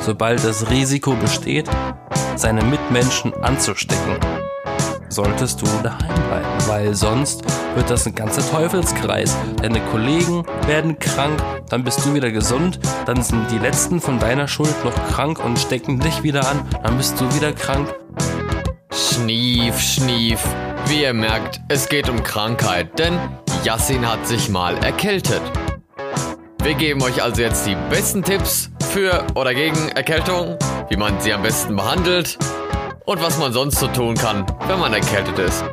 sobald das Risiko besteht, seine Mitmenschen anzustecken. Solltest du daheim bleiben, weil sonst wird das ein ganzer Teufelskreis. Deine Kollegen werden krank, dann bist du wieder gesund, dann sind die letzten von deiner Schuld noch krank und stecken dich wieder an, dann bist du wieder krank. Schnief, schnief. Wie ihr merkt, es geht um Krankheit, denn Yassin hat sich mal erkältet. Wir geben euch also jetzt die besten Tipps für oder gegen Erkältung, wie man sie am besten behandelt und was man sonst so tun kann, wenn man erkältet ist.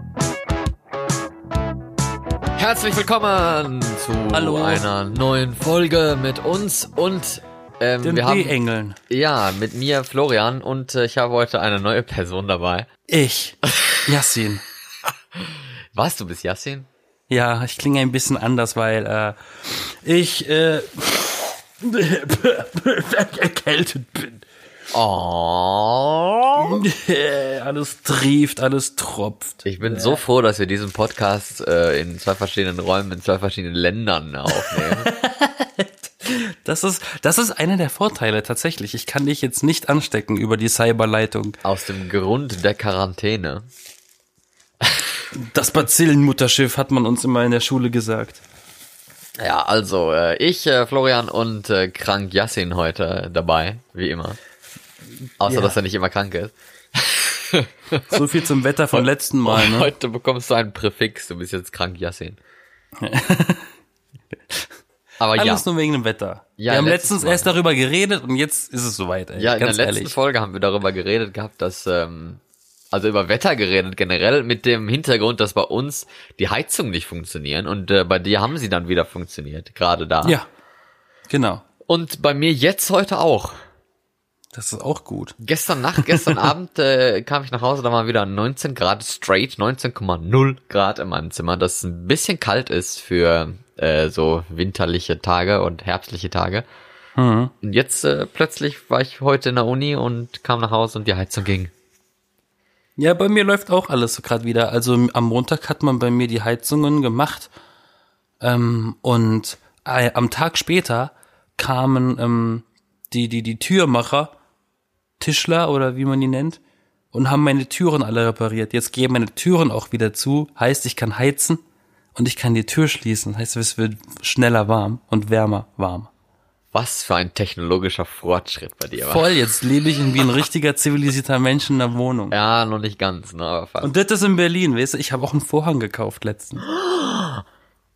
Herzlich willkommen zu Hallo. einer neuen Folge mit uns und ähm, Den wir haben B-Engeln. ja mit mir Florian und äh, ich habe heute eine neue Person dabei. Ich. Yassin. Was du bist Yassin? Ja, ich klinge ein bisschen anders, weil äh, ich äh, erkältet bin. Oh. alles trieft, alles tropft. Ich bin so froh, dass wir diesen Podcast äh, in zwei verschiedenen Räumen, in zwei verschiedenen Ländern aufnehmen. Das ist, das ist einer der Vorteile tatsächlich. Ich kann dich jetzt nicht anstecken über die Cyberleitung. Aus dem Grund der Quarantäne. Das Bazillenmutterschiff hat man uns immer in der Schule gesagt. Ja, also äh, ich, äh, Florian und äh, krank Yassin heute äh, dabei, wie immer. Außer, Ja. dass er nicht immer krank ist. So viel zum Wetter vom letzten Mal, ne? Heute bekommst du einen Präfix, du bist jetzt krank Yassin. Aber ja, Alles nur wegen dem Wetter. Ja, Wir haben letztes letztens Mal. erst darüber geredet und jetzt ist es soweit, ey. ja, in der Ganz letzten ehrlich. Folge haben wir darüber geredet gehabt, dass, ähm, also über Wetter geredet generell, mit dem Hintergrund, dass bei uns die Heizung nicht funktionieren und äh, bei dir haben sie dann wieder funktioniert, gerade da. ja. Genau. Und bei mir jetzt heute auch. Das ist auch gut. Gestern Nacht, gestern Abend äh, kam ich nach Hause, da waren wieder 19 Grad straight, 19,0 Grad in meinem Zimmer, das ein bisschen kalt ist für äh, so winterliche Tage und herbstliche Tage. Mhm. Und jetzt äh, plötzlich war ich heute in der Uni und kam nach Hause und die Heizung ging. Ja, bei mir läuft auch alles so gerade wieder. Also m- am Montag hat man bei mir die Heizungen gemacht ähm, und äh, am Tag später kamen ähm, die, die, die Türmacher, Tischler oder wie man die nennt, und haben meine Türen alle repariert. Jetzt gehen meine Türen auch wieder zu. Heißt, ich kann heizen und ich kann die Tür schließen. Heißt, es wird schneller warm und wärmer warm. Was für ein technologischer Fortschritt bei dir war. Voll, jetzt lebe ich wie ein richtiger zivilisierter Mensch in der Wohnung. Ja, noch nicht ganz, ne, aber fast. Und das ist in Berlin, weißt du, ich habe auch einen Vorhang gekauft letztens.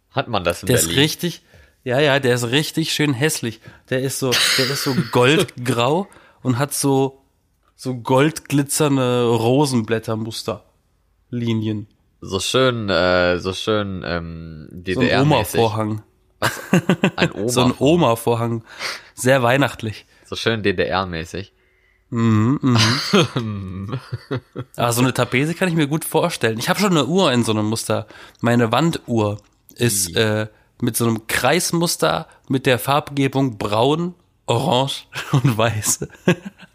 Hat man das in Der ist Berlin? richtig, ja, ja, der ist richtig schön hässlich. Der ist so, der ist so goldgrau und hat so, so goldglitzernde Rosenblättermuster. Linien. So schön, äh, so schön ähm, So ein DDR Oma-Vorhang. Ein Oma So ein Oma-Vorhang. Sehr weihnachtlich. so schön DDR-mäßig. Aber Ah, so eine Tapete kann ich mir gut vorstellen. Ich habe schon eine Uhr in so einem Muster. Meine Wanduhr ist äh, mit so einem Kreismuster mit der Farbgebung braun, orange und weiß.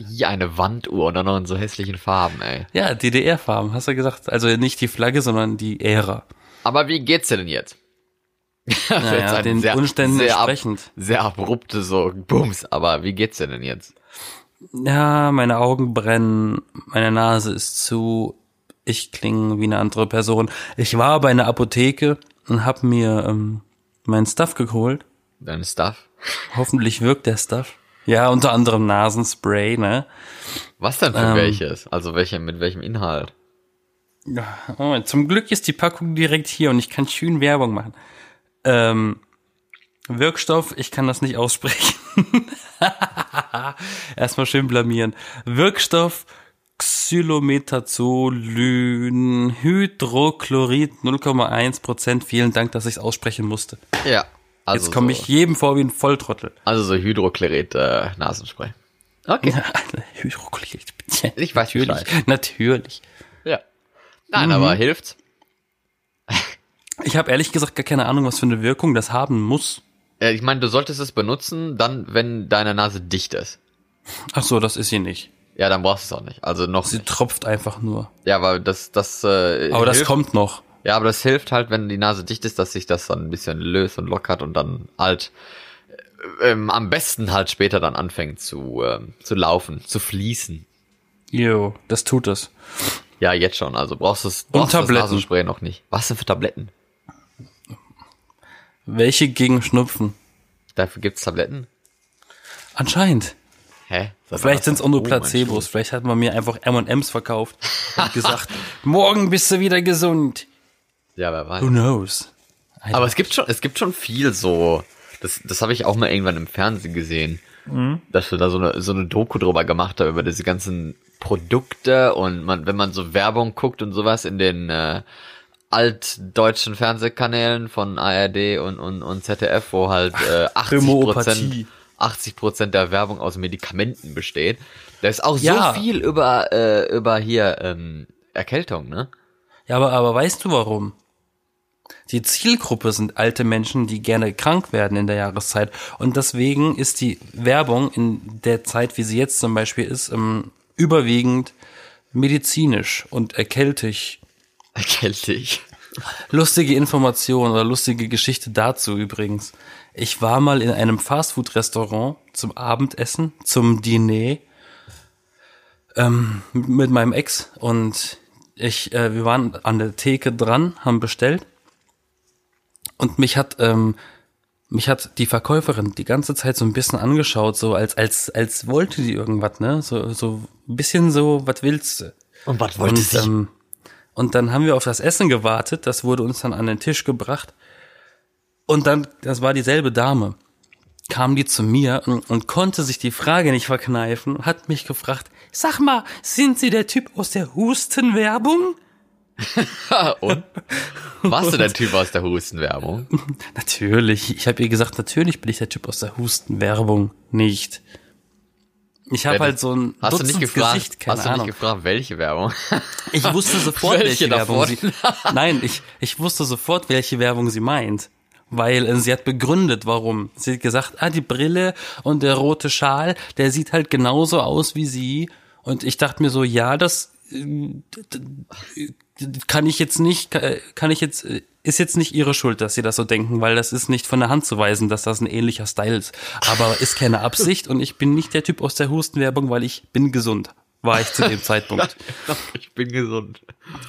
Ih, eine Wanduhr und dann noch in so hässlichen Farben, ey. Ja, DDR-Farben, hast du gesagt. Also nicht die Flagge, sondern die Ära. Aber wie geht's dir denn jetzt? Das ist Naja, ein den Umständen sehr ab- entsprechend. Sehr abrupte so Bums, aber wie geht's dir denn jetzt? Ja, meine Augen brennen, meine Nase ist zu, ich klinge wie eine andere Person. Ich war bei einer Apotheke und hab mir ähm, meinen Stuff geholt. Dein Stuff? Hoffentlich wirkt der Stuff. Ja, unter anderem Nasenspray, ne? Was denn für Ähm. welches? Also welche, mit welchem Inhalt? Oh, zum Glück ist die Packung direkt hier und ich kann schön Werbung machen. Ähm, Wirkstoff, ich kann das nicht aussprechen. Erstmal schön blamieren. Wirkstoff Xylometazolinhydrochlorid 0,1%. Vielen Dank, dass ich es aussprechen musste. Ja. Also Jetzt komme so, ich jedem vor wie ein Volltrottel. Also so Hydrochlorid äh, Nasenspray. Okay. Hydrochlorid, bitte. Ich weiß natürlich. Bescheid. Natürlich. Ja. Nein, aber Mhm. hilft's? Ich habe ehrlich gesagt gar keine Ahnung, was für eine Wirkung das haben muss. Äh, ich meine, du solltest es benutzen, dann, wenn deine Nase dicht ist. Ach so, das ist sie nicht. Ja, dann brauchst du es auch nicht. Also noch. Sie tropft einfach nur. Ja, aber das, das. Äh, Aber das hilft. kommt noch. Ja, aber das hilft halt, wenn die Nase dicht ist, dass sich das dann ein bisschen löst und lockert und dann halt ähm, am besten halt später dann anfängt zu, ähm, zu laufen, zu fließen. Jo, das tut es. Ja, jetzt schon. Also brauchst du es Und Tabletten. Nasenspray noch nicht. Was denn für Tabletten? Welche gegen Schnupfen? Dafür gibt's Tabletten? Anscheinend. Hä? Was Vielleicht sind es auch nur Oh, mein Placebos. Vielleicht hat man mir einfach M&M's verkauft und gesagt, morgen bist du wieder gesund. Stuhl. Ja, wer weiß. Who knows? I Aber es gibt schon, es gibt schon viel so. Das, das habe ich auch mal irgendwann im Fernsehen gesehen, Mhm. dass wir da so eine, so eine Doku drüber gemacht haben, über diese ganzen Produkte und man, wenn man so Werbung guckt und sowas in den äh, altdeutschen Fernsehkanälen von ARD und, und, und ZDF, wo halt äh, 80 Prozent, Homöopathie. 80 Prozent der Werbung aus Medikamenten besteht. Da ist auch Ja. so viel über, äh, über hier ähm, Erkältung, ne? Ja, aber, aber weißt du warum? Die Zielgruppe sind alte Menschen, die gerne krank werden in der Jahreszeit. Und deswegen ist die Werbung in der Zeit, wie sie jetzt zum Beispiel ist, ähm, überwiegend medizinisch und erkältig. Erkältig. Lustige Information oder lustige Geschichte dazu übrigens. Ich war mal in einem Fastfood-Restaurant zum Abendessen, zum Diner ähm, mit meinem Ex und ich, äh, wir waren an der Theke dran, haben bestellt und mich hat ähm, mich hat die Verkäuferin die ganze Zeit so ein bisschen angeschaut, so als als als wollte die irgendwas, ne? So so ein bisschen so, was willst du? Und was wollte Und, sie? ähm, und dann haben wir auf das Essen gewartet. Das wurde uns dann an den Tisch gebracht. Und dann, das war dieselbe Dame, kam die zu mir und, und konnte sich die Frage nicht verkneifen und hat mich gefragt, sag mal, sind Sie der Typ aus der Hustenwerbung? Und? Warst du der Typ aus der Hustenwerbung? Natürlich. Ich habe ihr gesagt, natürlich bin ich der Typ aus der Hustenwerbung nicht. Ich habe halt so ein Hast du nicht Dutzend gefragt, Gesicht, keine hast du Ahnung. nicht gefragt, welche Werbung? Ich wusste sofort, Welche welche, Werbung davon? sie. Nein, ich, ich wusste sofort, welche Werbung sie meint. Weil äh, sie hat begründet, warum. Sie hat gesagt, ah, die Brille und der rote Schal, der sieht halt genauso aus wie sie. Und ich dachte mir so, ja, das äh, d- d- kann ich jetzt nicht, äh, kann ich jetzt, äh, ist jetzt nicht ihre Schuld, dass sie das so denken, weil das ist nicht von der Hand zu weisen, dass das ein ähnlicher Style ist. Aber ist keine Absicht und ich bin nicht der Typ aus der Hustenwerbung, weil ich bin gesund, war ich zu dem Zeitpunkt. ich bin gesund.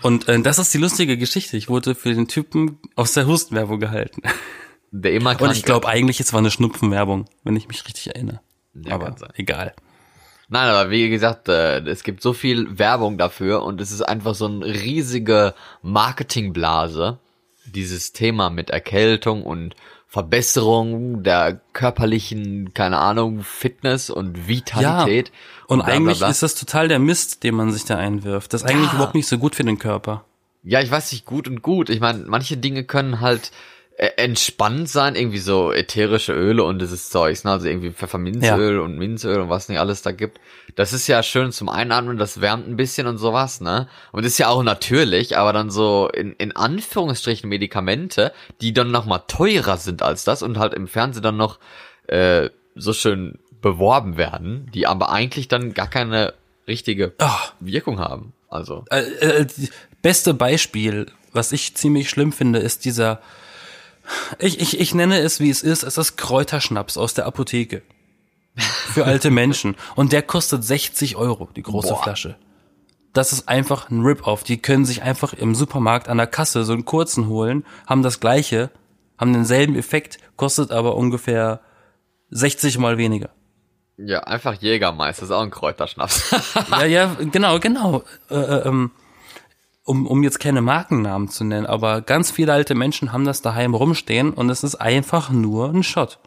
Und äh, das ist die lustige Geschichte. Ich wurde für den Typen aus der Hustenwerbung gehalten. Der immer Und krank. ich glaube eigentlich, es war eine Schnupfenwerbung, wenn ich mich richtig erinnere. Ja, aber kann sein. egal. Nein, aber wie gesagt, äh, es gibt so viel Werbung dafür und es ist einfach so eine riesige Marketingblase. Dieses Thema mit Erkältung und Verbesserung der körperlichen, keine Ahnung, Fitness und Ja. Vitalität. Und bla, bla, eigentlich bla. ist das total der Mist, den man sich da einwirft. Das ist eigentlich überhaupt nicht so gut für den Körper. Ja, ich weiß nicht, gut und gut. Ich meine, manche Dinge können halt äh, entspannt sein, irgendwie so ätherische Öle und dieses Zeugs, ne? also irgendwie Pfefferminzöl und Minzöl und was nicht alles da gibt. Das ist ja schön zum Einatmen, das wärmt ein bisschen und sowas, ne? Und ist ja auch natürlich, aber dann so in, in Anführungsstrichen Medikamente, die dann nochmal teurer sind als das und halt im Fernsehen dann noch äh, so schön beworben werden, die aber eigentlich dann gar keine richtige Ah. Wirkung haben. Also. Äh, äh, die- beste Beispiel, was ich ziemlich schlimm finde, ist dieser. Ich, ich, ich nenne es, wie es ist. Es ist Kräuterschnaps aus der Apotheke. Für alte Menschen. Und der kostet 60 Euro, die große Boah. Flasche. Das ist einfach ein Rip-Off. Die können sich einfach im Supermarkt an der Kasse so einen kurzen holen, haben das gleiche, haben denselben Effekt, kostet aber ungefähr 60 mal weniger. Ja, einfach Jägermeister, ist auch ein Kräuterschnaps. ja, ja, genau, genau. Äh, äh, ähm, um, um jetzt keine Markennamen zu nennen, aber ganz viele alte Menschen haben das daheim rumstehen und es ist einfach nur ein Shot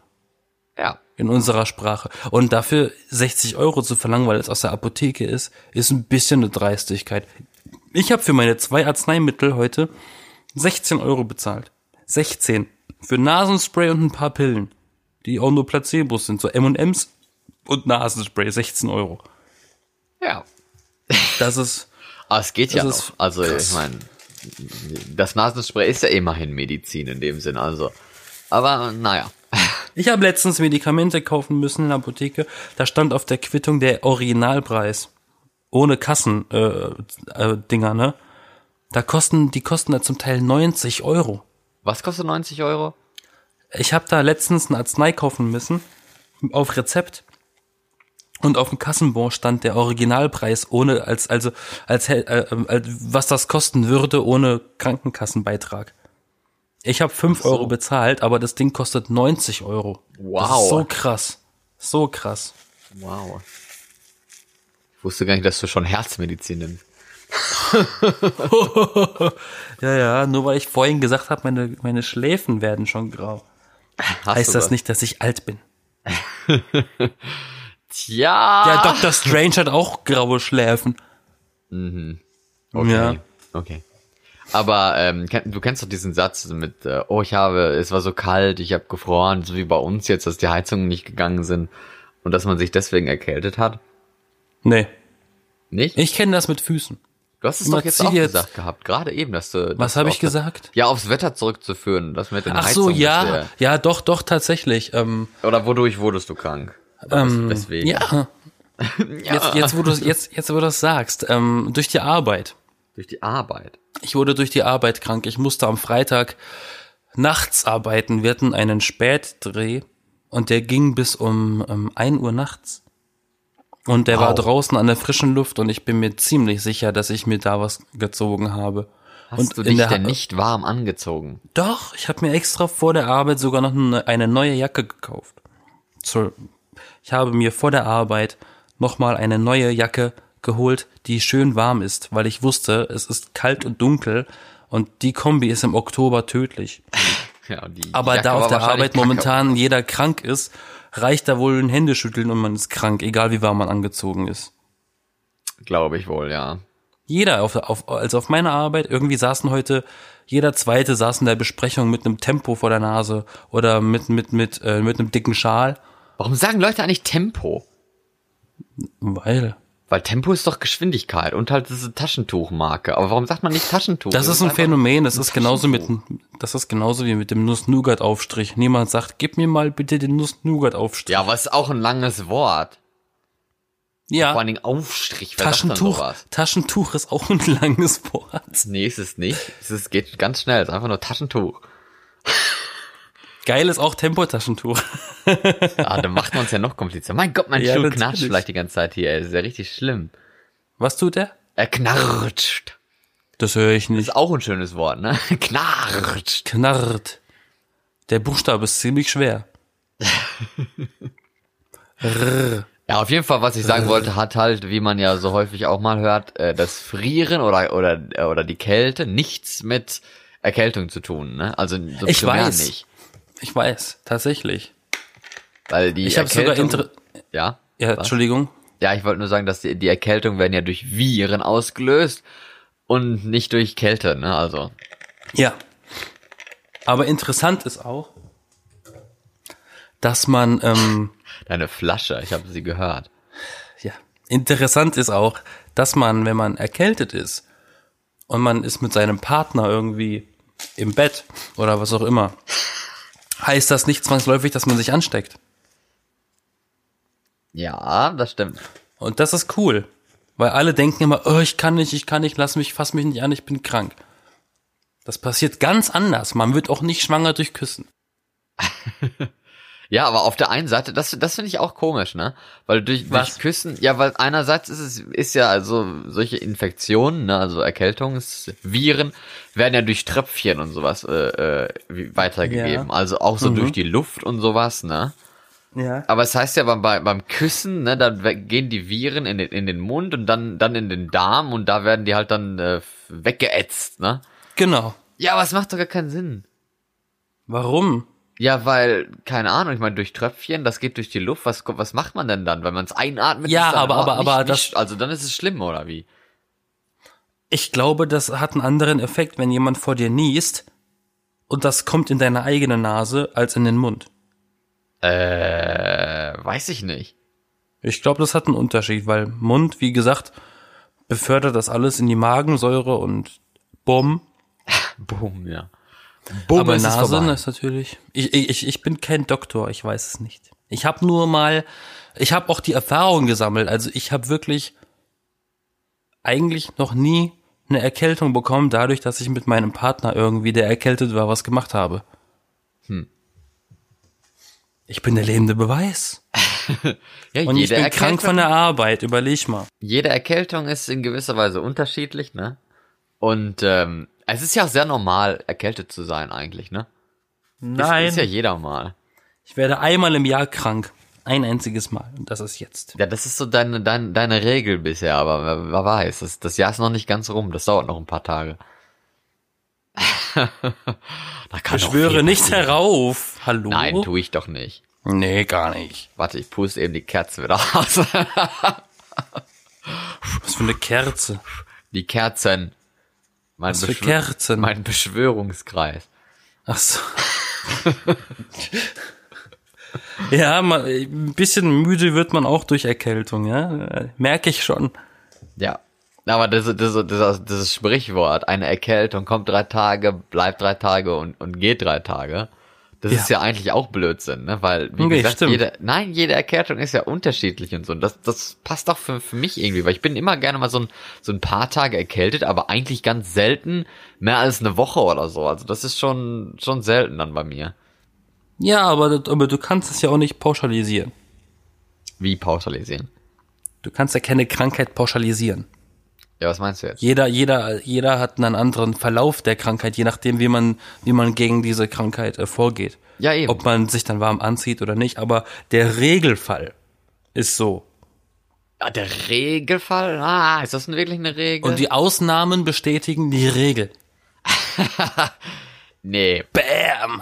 ja. in unserer Sprache. Und dafür 60 Euro zu verlangen, weil es aus der Apotheke ist, ist ein bisschen eine Dreistigkeit. Ich habe für meine zwei Arzneimittel heute 16 Euro bezahlt. 16. Für Nasenspray und ein paar Pillen, die auch nur Placebos sind, so M&Ms und Nasenspray, 16 Euro. Ja. Das ist Aber es geht ja Das ist noch. Also, krass. ich meine, das Nasenspray ist ja immerhin Medizin in dem Sinn, also. Aber, naja. Ich habe letztens Medikamente kaufen müssen in der Apotheke. Da stand auf der Quittung der Originalpreis. Ohne Kassen, äh, äh, Dinger, ne? Da kosten, die kosten da zum Teil 90 Euro. Was kostet 90 Euro? Ich habe da letztens eine Arznei kaufen müssen. auf Rezept. Und auf dem Kassenbon stand der Originalpreis ohne als also als, hä- äh, äh, als was das kosten würde ohne Krankenkassenbeitrag. Ich habe fünf Euro bezahlt, aber das Ding kostet 90 Euro. Das Wow. ist so krass. So krass. Wow. Ich wusste gar nicht, dass du schon Herzmedizin nimmst. Ja, ja, nur weil ich vorhin gesagt habe, meine, meine Schläfen werden schon grau. Hast heißt du das nicht, dass ich alt bin. Tja. Ja, Dr. Strange hat auch graue Schläfen. Mhm. Okay. Ja. Okay. Aber ähm, ken- du kennst doch diesen Satz mit, äh, oh, ich habe, es war so kalt, ich habe gefroren, so wie bei uns jetzt, dass die Heizungen nicht gegangen sind und dass man sich deswegen erkältet hat. Nee, Nicht? ich kenne das mit Füßen. du hast es doch man jetzt zieht auch jetzt- gesagt gehabt, gerade eben, dass du. Was dass du habe ich auf- gesagt? Ja, aufs Wetter zurückzuführen, dass mit den Ach so, Heizungen. ja, dass ja, doch, doch, tatsächlich. Ähm, der- Oder wodurch wurdest du krank? Oder wes- weswegen? ja. Jetzt, jetzt, wo du jetzt, jetzt, wo du das sagst, ähm, durch die Arbeit. Durch die Arbeit. Ich wurde durch die Arbeit krank. Ich musste am Freitag nachts arbeiten. Wir hatten einen Spätdreh und der ging bis um ähm, 1 Uhr nachts. Und der war Wow. draußen an der frischen Luft und ich bin mir ziemlich sicher, dass ich mir da was gezogen habe. Hast und du dich der- denn nicht warm angezogen? Doch, ich habe mir extra vor der Arbeit sogar noch ne- eine neue Jacke gekauft. Zur- Ich habe mir vor der Arbeit nochmal eine neue Jacke geholt, die schön warm ist, weil ich wusste, es ist kalt und dunkel und die Kombi ist im Oktober tödlich. Ja, und die Aber Jacke da war auf der wahrscheinlich Arbeit kacke. momentan jeder krank ist, reicht da wohl ein Händeschütteln und man ist krank, egal wie warm man angezogen ist. Glaube ich wohl, ja. Jeder, auf, auf, also auf meiner Arbeit, irgendwie saßen heute, jeder Zweite saß in der Besprechung mit einem Tempo vor der Nase oder mit, mit, mit, äh, mit einem dicken Schal. Warum sagen Leute eigentlich Tempo? Weil. Weil Tempo ist doch Geschwindigkeit und halt diese Taschentuchmarke. Aber warum sagt man nicht Taschentuch? Das ist ein einfach- Phänomen, das ist genauso mit, das ist genauso wie mit dem Nuss-Nougat-Aufstrich. Niemand sagt, gib mir mal bitte den Nuss-Nougat-Aufstrich. Ja, aber es ist auch ein langes Wort. Vor Ja, allen Dingen Aufstrich. Wer Sagt Taschentuch, dann sowas? Taschentuch ist auch ein langes Wort. Nee, ist es nicht. Es ist, geht ganz schnell. Es ist einfach nur Taschentuch. Geil ist auch Tempotaschentuch. Ah, dann macht man es ja noch komplizierter. Mein Gott, mein Ja, Stuhl natürlich. knatscht vielleicht die ganze Zeit hier. ey. Das ist ja richtig schlimm. Was tut er? Er knarrscht. Das höre ich nicht. Ist auch ein schönes Wort, ne? Knarrscht. knarrt. Der Buchstabe ist ziemlich schwer. Rrr. Ja, auf jeden Fall, was ich sagen wollte, hat halt, wie man ja so häufig auch mal hört, äh, das Frieren oder oder äh, oder die Kälte nichts mit Erkältung zu tun, ne? Also so Ich primär weiß. nicht, Ich weiß, tatsächlich. weil die Ich habe sogar Erkältung, Inter ja, ja, was? Entschuldigung. ja, ich wollte nur sagen, dass die, die Erkältung werden ja durch Viren ausgelöst und nicht durch Kälte, ne? Also Ja. Aber interessant ist auch, dass man ähm, deine Flasche, ich habe sie gehört. Ja. Interessant ist auch, dass man, wenn man erkältet ist und man ist mit seinem Partner irgendwie im Bett oder was auch immer, heißt das nicht zwangsläufig, dass man sich ansteckt. Ja, das stimmt. Und das ist cool, weil alle denken immer, oh, ich kann nicht, ich kann nicht, lass mich, fass mich nicht an, ich bin krank. Das passiert ganz anders. Man wird auch nicht schwanger durch Küssen. Ja, aber auf der einen Seite, das, das finde ich auch komisch, ne? Weil durch, durch Was? Küssen, ja, weil einerseits ist es, ist ja also solche Infektionen, ne, also Erkältungsviren, werden ja durch Tröpfchen und sowas äh, äh, wie- weitergegeben. Ja. Mhm. Also auch so durch die Luft und sowas, ne? Ja. Aber es heißt ja beim, bei- beim Küssen, ne, dann we- gehen die Viren in den, in den Mund und dann, dann in den Darm und da werden die halt dann äh, weggeätzt, ne? Genau. Ja, aber es macht doch gar keinen Sinn. Warum? Ja, weil, keine Ahnung, ich meine, durch Tröpfchen, das geht durch die Luft, was, kommt- was macht man denn dann, wenn man es einatmet? Ja, ist dann aber- aber- nicht, aber nicht, das- Also dann ist es schlimm, oder wie? Ich glaube, das hat einen anderen Effekt, wenn jemand vor dir niest und das kommt in deine eigene Nase als in den Mund. Äh, weiß ich nicht. Ich glaube, das hat einen Unterschied, weil Mund, wie gesagt, befördert das alles in die Magensäure und bumm. Boom, ja. Boom, Aber es ist Nase vorbei. ist natürlich. Ich, ich, ich bin kein Doktor, ich weiß es nicht. Ich habe nur mal, ich habe auch die Erfahrung gesammelt. Also ich habe wirklich eigentlich noch nie eine Erkältung bekommen, dadurch, dass ich mit meinem Partner irgendwie, der erkältet war, was gemacht habe. Hm. Ich bin der lebende Beweis. Ja, Und ich bin krank von Erkältung- der Arbeit, überleg mal. jede Erkältung ist in gewisser Weise unterschiedlich, ne? Und ähm, es ist ja auch sehr normal, erkältet zu sein eigentlich, ne? Nein, Ist, ist ja jeder mal. ich werde einmal im Jahr krank. Ein einziges Mal. Und das ist jetzt. Ja, das ist so deine, deine, deine Regel bisher, aber wer, wer weiß, das, das Jahr ist noch nicht ganz rum, das dauert noch ein paar Tage. da kann Ich doch schwöre viel nicht passieren. darauf. Hallo? Nein, tu ich doch nicht. Nee, gar nicht. Warte, ich puste eben die Kerze wieder aus. Was für eine Kerze. die Kerzen. Mein Was für Beschwör- Kerzen? Mein Beschwörungskreis. Ach so. ja, man, ein bisschen müde wird man auch durch Erkältung, ja? Merke ich schon. Ja. Aber das, das, das, das ist Sprichwort, eine Erkältung kommt drei Tage, bleibt drei Tage und, und geht drei Tage. Das Ja. ist ja eigentlich auch Blödsinn, ne? Weil, wie Nee, gesagt, stimmt. jede, nein, jede Erkältung ist ja unterschiedlich und so. Und das, das passt doch für, für mich irgendwie, weil ich bin immer gerne mal so ein, so ein paar Tage erkältet, aber eigentlich ganz selten mehr als eine Woche oder so. Also das ist schon, schon selten dann bei mir. Ja, aber, aber du kannst es ja auch nicht pauschalisieren. Wie pauschalisieren. Du kannst ja keine Krankheit pauschalisieren. Ja, was meinst du jetzt? Jeder, jeder, jeder hat einen anderen Verlauf der Krankheit, je nachdem, wie man, wie man gegen diese Krankheit äh, vorgeht. Ja, eben. Ob man sich dann warm anzieht oder nicht, aber der Regelfall ist so. Ah, der Regelfall? Ah, ist das denn wirklich eine Regel? Und die Ausnahmen bestätigen die Regel. nee, Bam!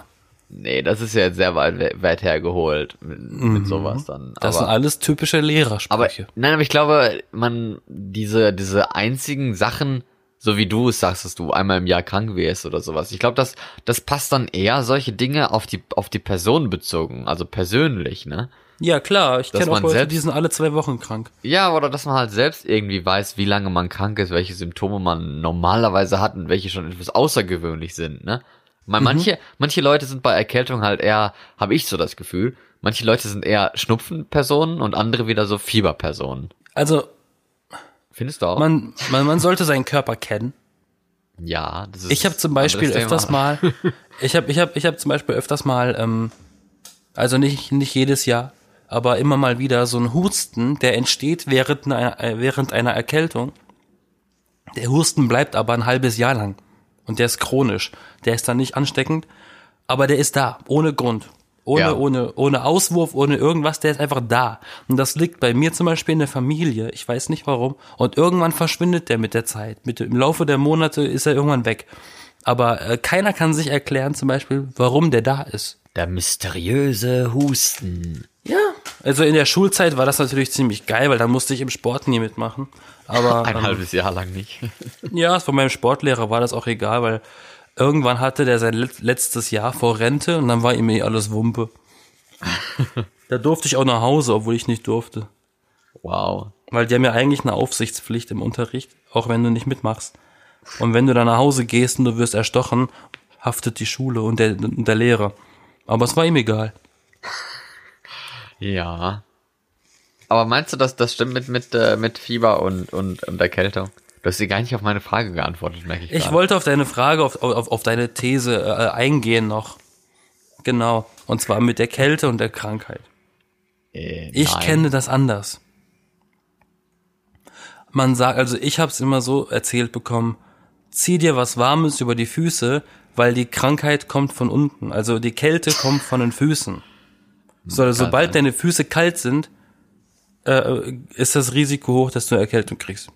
Nee, das ist ja jetzt sehr weit, we- weit hergeholt mit, mit sowas dann. Das sind aber, alles typische aber Lehrersprüche. nein, aber ich glaube, man diese diese einzigen Sachen, so wie du es sagst, dass du einmal im Jahr krank wirst oder sowas. Ich glaube, das das passt dann eher solche Dinge auf die auf die Person bezogen, also persönlich, ne? Ja, klar, ich Dass kenne auch man Leute, selbst- die sind alle zwei Wochen krank. Ja, oder dass man halt selbst irgendwie weiß, wie lange man krank ist, welche Symptome man normalerweise hat und welche schon etwas außergewöhnlich sind, ne? Mhm. Weil manche, manche Leute sind bei Erkältung halt eher, habe ich so das Gefühl, manche Leute sind eher Schnupfenpersonen und andere wieder so Fieberpersonen. Also, Findest du auch? man, man, man sollte seinen Körper kennen. ja, das ist Ich habe zum ein Beispiel anderes Thema. öfters mal, ich habe ich hab, ich hab zum Beispiel öfters mal, ähm, also nicht, nicht jedes Jahr, aber immer mal wieder so einen Husten, der entsteht während einer, äh, während einer Erkältung. Der Husten bleibt aber ein halbes Jahr lang. Und der ist chronisch. Der ist dann nicht ansteckend, aber der ist da, ohne Grund. Ohne, Ja. ohne, ohne Auswurf, ohne irgendwas, der ist einfach da. Und das liegt bei mir zum Beispiel in der Familie, ich weiß nicht warum. Und irgendwann verschwindet der mit der Zeit. Mit, Im Laufe der Monate ist er irgendwann weg. Aber äh, keiner kann sich erklären, zum Beispiel, warum der da ist. Der mysteriöse Husten. Ja. Also in der Schulzeit war das natürlich ziemlich geil, weil dann musste ich im Sport nie mitmachen. Aber Ein halbes Jahr lang nicht. ja, von meinem Sportlehrer war das auch egal, weil irgendwann hatte der sein let- letztes Jahr vor Rente und dann war ihm eh alles Wumpe. da durfte ich auch nach Hause, obwohl ich nicht durfte. Wow. Weil die haben ja eigentlich eine Aufsichtspflicht im Unterricht, auch wenn du nicht mitmachst. Und wenn du dann nach Hause gehst und du wirst erstochen, haftet die Schule und der, und der Lehrer. Aber es war ihm egal. Ja. Aber meinst du, dass das stimmt mit, mit, äh, mit Fieber und, und, und Erkältung? Du hast dir gar nicht auf meine Frage geantwortet, merke ich. Ich gerade. wollte auf deine Frage, auf, auf, auf deine These äh, eingehen noch. Genau. Und zwar mit der Kälte und der Krankheit. Äh, Ich nein. kenne das anders. Man sagt, also ich habe es immer so erzählt bekommen, zieh dir was Warmes über die Füße, weil die Krankheit kommt von unten. Also die Kälte kommt von den Füßen. So, also sobald deine Füße kalt sind, äh, ist das Risiko hoch, dass du eine Erkältung kriegst.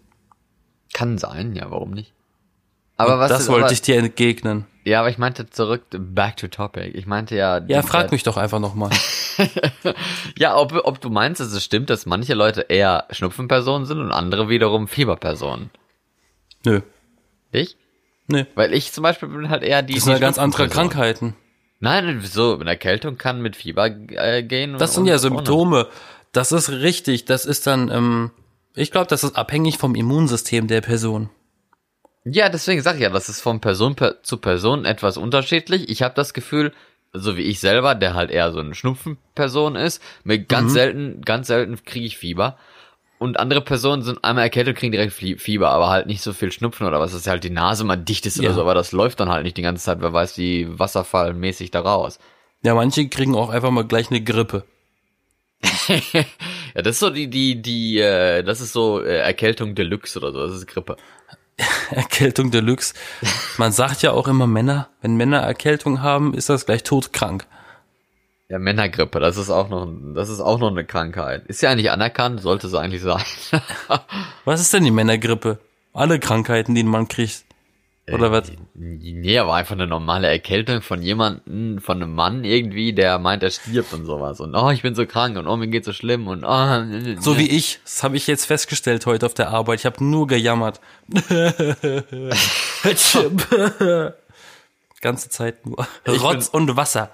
Kann sein, ja, warum nicht? Aber was das ist- wollte aber, ich dir entgegnen. Ja, aber ich meinte zurück, back to topic. Ich meinte ja. Ja, die- frag mich doch einfach nochmal. Ja, ob, ob du meinst, dass es stimmt, dass manche Leute eher Schnupfenpersonen sind und andere wiederum Fieberpersonen. Nö. Ich? Nee. Weil ich zum Beispiel bin halt eher die. Das sind ja ganz andere Krankheit. Krankheiten. Nein, wieso? Eine Erkältung kann mit Fieber äh, gehen. Das sind und ja ohne. Symptome. Das ist richtig. Das ist dann, ähm, ich glaube, das ist abhängig vom Immunsystem der Person. Ja, deswegen sage ich ja, das ist von Person per zu Person etwas unterschiedlich. Ich habe das Gefühl, so wie ich selber, der halt eher so eine Schnupfenperson ist, mir ganz selten, ganz selten kriege ich Fieber. Und andere Personen sind einmal erkältet und kriegen direkt Fie- Fieber, aber halt nicht so viel Schnupfen oder was, dass halt die Nase mal dicht ist Ja. oder so, aber das läuft dann halt nicht die ganze Zeit, wer weiß, wie wasserfallmäßig da raus. Ja, manche kriegen auch einfach mal gleich eine Grippe. Ja, das ist so die, die, die, äh, das ist so äh, Erkältung Deluxe oder so, das ist Grippe. Erkältung Deluxe. Man sagt ja auch immer Männer, wenn Männer Erkältung haben, ist das gleich todkrank. Ja, Männergrippe, das ist auch noch, das ist auch noch eine Krankheit. Ist ja eigentlich anerkannt, sollte es eigentlich sein. Was ist denn die Männergrippe? Alle Krankheiten, die ein Mann kriegt. Oder was? nee, aber einfach eine normale Erkältung von jemandem, von einem Mann irgendwie, der meint, er stirbt und sowas. Und oh, ich bin so krank und oh, mir geht's so schlimm und oh. So wie ich. Das habe ich jetzt festgestellt heute auf der Arbeit. Ich habe nur gejammert. Ganze Zeit nur. bin- Rotz und Wasser.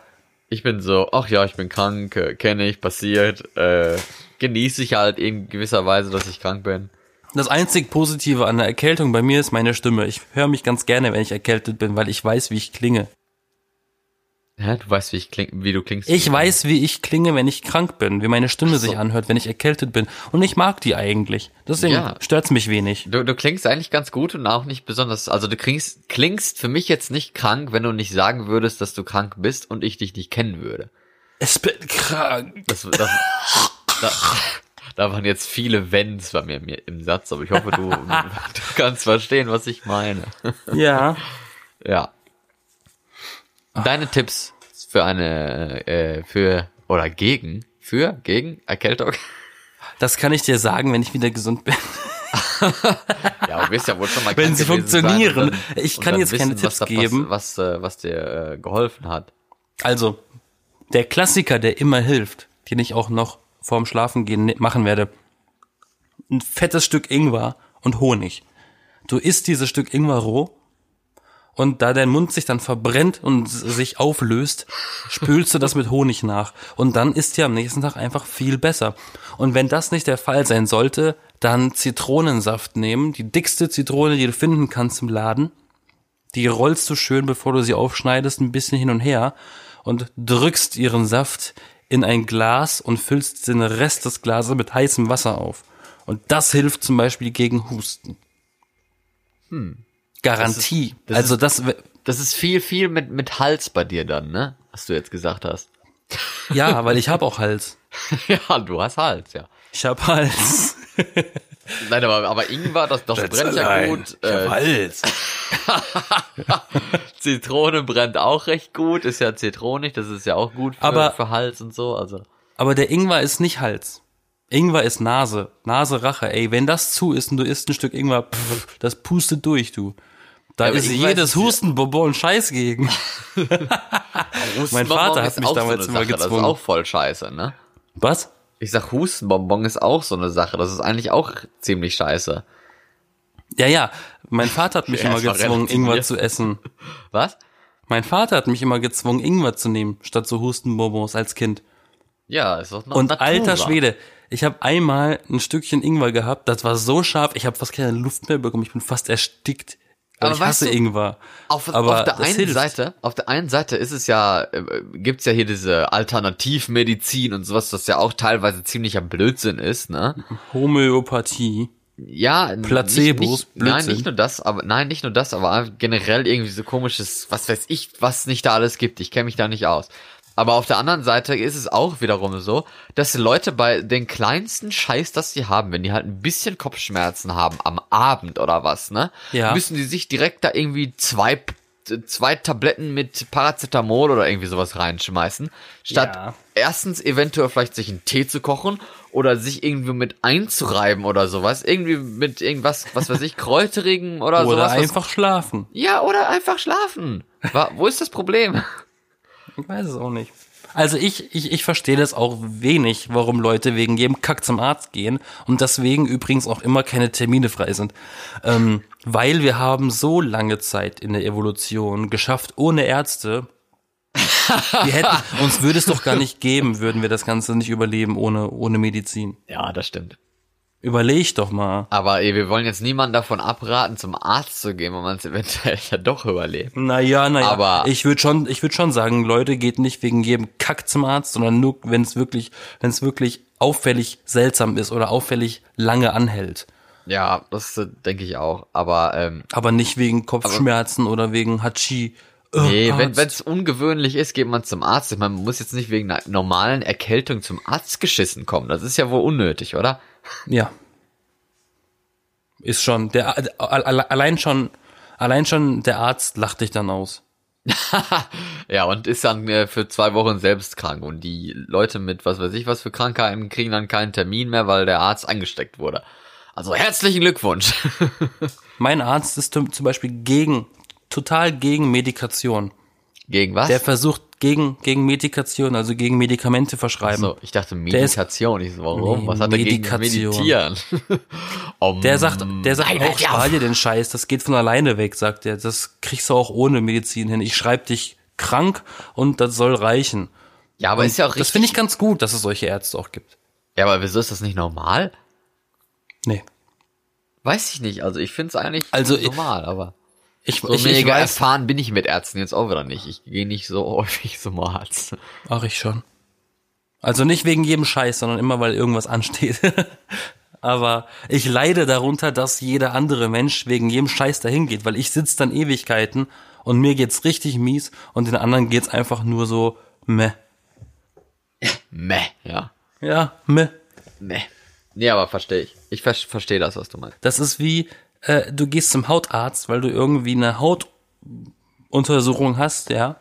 ich bin so, ach ja, ich bin krank, äh, kenne ich, passiert, äh, genieße ich halt in gewisser Weise, dass ich krank bin. Das einzig Positive an der Erkältung bei mir ist meine Stimme. Ich höre mich ganz gerne, wenn ich erkältet bin, weil ich weiß, wie ich klinge. Hä, du weißt, wie ich kling, wie du klingst. Ich weiß, wie ich klinge, wenn ich krank bin, wie meine Stimme sich anhört, wenn ich erkältet bin. Und ich mag die eigentlich. Deswegen Ja. stört's mich wenig. Du, du klingst eigentlich ganz gut und auch nicht besonders, also du klingst, klingst für mich jetzt nicht krank, wenn du nicht sagen würdest, dass du krank bist und ich dich nicht kennen würde. Es bin krank. Das, das, da, da waren jetzt viele Wenns bei mir mir im Satz, aber ich hoffe, du, du kannst verstehen, was ich meine. Ja. Ja. Deine Tipps für eine, äh, für, oder gegen, für, gegen Erkältung? Das kann ich dir sagen, wenn ich wieder gesund bin. Ja, du wirst ja wohl schon mal Wenn krank sie gewesen sein funktionieren. und dann- Ich und kann dann jetzt keine Tipps was da pass- geben. Was, äh, was dir äh, geholfen hat. Also, der Klassiker, der immer hilft, den ich auch noch vorm Schlafengehen ne- machen werde. Ein fettes Stück Ingwer und Honig. Du isst dieses Stück Ingwer roh und da dein Mund sich dann verbrennt und s- sich auflöst, spülst du das mit Honig nach. Und dann ist dir am nächsten Tag einfach viel besser. Und wenn das nicht der Fall sein sollte, dann Zitronensaft nehmen, die dickste Zitrone, die du finden kannst im Laden. Die rollst du schön, bevor du sie aufschneidest, ein bisschen hin und her und drückst ihren Saft in ein Glas und füllst den Rest des Glases mit heißem Wasser auf. Und das hilft zum Beispiel gegen Husten. Hm. Garantie. Hm. das also das, w- Das ist viel, viel mit, mit Hals bei dir dann, ne? Was du jetzt gesagt hast. ja, weil ich habe auch Hals. ja, du hast Hals, ja. Ich habe Hals. Nein, aber, aber Ingwer, das, das brennt ja gut. Äh, Hals. Zitrone brennt auch recht gut, ist ja zitronig, das ist ja auch gut für, Aber- für Hals und so. Also Aber der Ingwer ist nicht Hals. Ingwer ist Nase. Nase Rache, ey. Wenn das zu ist und du isst ein Stück Ingwer, pff, das pustet durch, du. Da aber ist Ingwer jedes ist ja- Hustenbonbon Scheiß gegen. Hustenbonbon Vater hat ist mich auch damals so eine immer Sache, Das gezwungen. ist auch voll scheiße, ne? Was? Ich sag, Hustenbonbon ist auch so eine Sache. Das ist eigentlich auch ziemlich scheiße. Ja, ja. Mein Vater hat mich Ja, immer es war gezwungen, relativ Ingwer mir. zu essen. Was? Mein Vater hat mich immer gezwungen, Ingwer zu nehmen, statt so Hustenbonbons als Kind. Ja, ist doch noch Und Natura. alter Schwede, ich habe einmal ein Stückchen Ingwer gehabt, das war so scharf, ich habe fast keine Luft mehr bekommen, ich bin fast erstickt. Aber Aber ich weißt hasse du, Ingwer. Auf, Aber auf der das einen hilft. Seite, auf der einen Seite ist es ja, äh, gibt's ja hier diese Alternativmedizin und sowas, das ja auch teilweise ziemlicher Blödsinn ist, ne? Homöopathie. Ja, n- Placebos, nicht, nicht, nein, Blödsinn. nicht nur das, aber nein, nicht nur das, aber generell irgendwie so komisches, was weiß ich, was nicht da alles gibt. Ich kenne mich da nicht aus. Aber auf der anderen Seite ist es auch wiederum so, dass die Leute bei den kleinsten Scheiß, das sie haben, wenn die halt ein bisschen Kopfschmerzen haben am Abend oder was, ne, Ja. müssen die sich direkt da irgendwie zwei zwei Tabletten mit Paracetamol oder irgendwie sowas reinschmeißen, statt Ja. erstens eventuell vielleicht sich einen Tee zu kochen oder sich irgendwie mit einzureiben oder sowas. Irgendwie mit irgendwas, was weiß ich, Kräuterigem oder, Oder sowas. Also was- einfach schlafen. ja, oder einfach schlafen. Wa- Wo ist das Problem? Ich weiß es auch nicht. Also ich, ich, ich verstehe das auch wenig, warum Leute wegen jedem Kack zum Arzt gehen und deswegen übrigens auch immer keine Termine frei sind. Ähm, weil wir haben so lange Zeit in der Evolution geschafft ohne Ärzte. Wir hätten, uns würde es doch gar nicht geben, würden wir das Ganze nicht überleben ohne, ohne Medizin. Ja, das stimmt. Überleg doch mal. Aber ey, wir wollen jetzt niemanden davon abraten, zum Arzt zu gehen, wenn man es eventuell ja doch überlebt. Naja, naja. Aber- ich würde schon, ich würde schon sagen, Leute, geht nicht wegen jedem Kack zum Arzt, sondern nur, wenn es wirklich, wenn es wirklich auffällig seltsam ist oder auffällig lange anhält. Ja, das äh, denke ich auch. Aber ähm, Aber nicht wegen Kopfschmerzen oder wegen Hachi Nee, wenn Arzt. es ungewöhnlich ist, geht man zum Arzt. Ich meine, man muss jetzt nicht wegen einer normalen Erkältung zum Arzt geschissen kommen. Das ist ja wohl unnötig, oder? Ja. Ist schon, der, äh, al- al- allein schon, allein schon der Arzt lacht dich dann aus. Ja, und ist dann äh, für zwei Wochen selbst krank. Und die Leute mit was weiß ich was für Krankheiten kriegen dann keinen Termin mehr, weil der Arzt angesteckt wurde. Also herzlichen Glückwunsch. Mein Arzt ist zum zum Beispiel gegen, total gegen Medikation. Gegen was? Der versucht gegen, gegen Medikation, also gegen Medikamente verschreiben. so, ich dachte ist- Medikation. Ich so, warum? Nee, was hat er gegen Medikation. Meditieren? Um, Om. Der sagt, der sagt Nein, auch, halt auf. spar dir den Scheiß, das geht von alleine weg, sagt er. Das kriegst du auch ohne Medizin hin. Ich schreib dich krank und das soll reichen. Ja, aber ist ja auch um, Das richtig. finde ich ganz gut, dass es solche Ärzte auch gibt. Ja, aber wieso ist das nicht normal? Nee. Weiß ich nicht. Also ich finde es eigentlich Also, ich- normal, aber. Ich, So ich, ich mega weiß, erfahren bin ich mit Ärzten jetzt auch wieder nicht. Ich gehe nicht so häufig zum Arzt. Ach, ich schon. Also nicht wegen jedem Scheiß, sondern immer, weil irgendwas ansteht. Aber ich leide darunter, dass jeder andere Mensch wegen jedem Scheiß dahin geht, weil ich sitze dann Ewigkeiten und mir geht's richtig mies und den anderen geht's einfach nur so meh. Meh, ja. Ja, meh. Meh. Nee, aber verstehe ich. Ich ver verstehe das, was du meinst. Das ist wie, äh, du gehst zum Hautarzt, weil du irgendwie eine Hautuntersuchung hast, ja.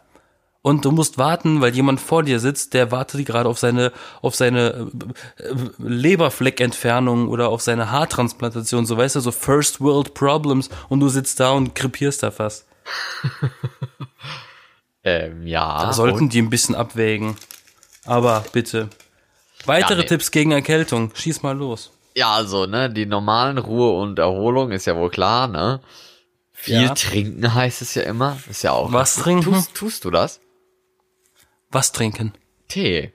Und du musst warten, weil jemand vor dir sitzt, der wartet gerade auf seine, auf seine äh, äh, Leberfleckentfernung oder auf seine Haartransplantation, so weißt du, so First World Problems und du sitzt da und krepierst da fast. Ähm, ja. Da sollten und- die ein bisschen abwägen. Aber bitte. Weitere Ja, nee. Tipps gegen Erkältung, schieß mal los. Ja, also, ne, die normalen Ruhe und Erholung ist ja wohl klar, ne? Viel Ja. trinken heißt es ja immer. Ist ja auch. Was trinken? Tust, tust du das? Was trinken? Tee.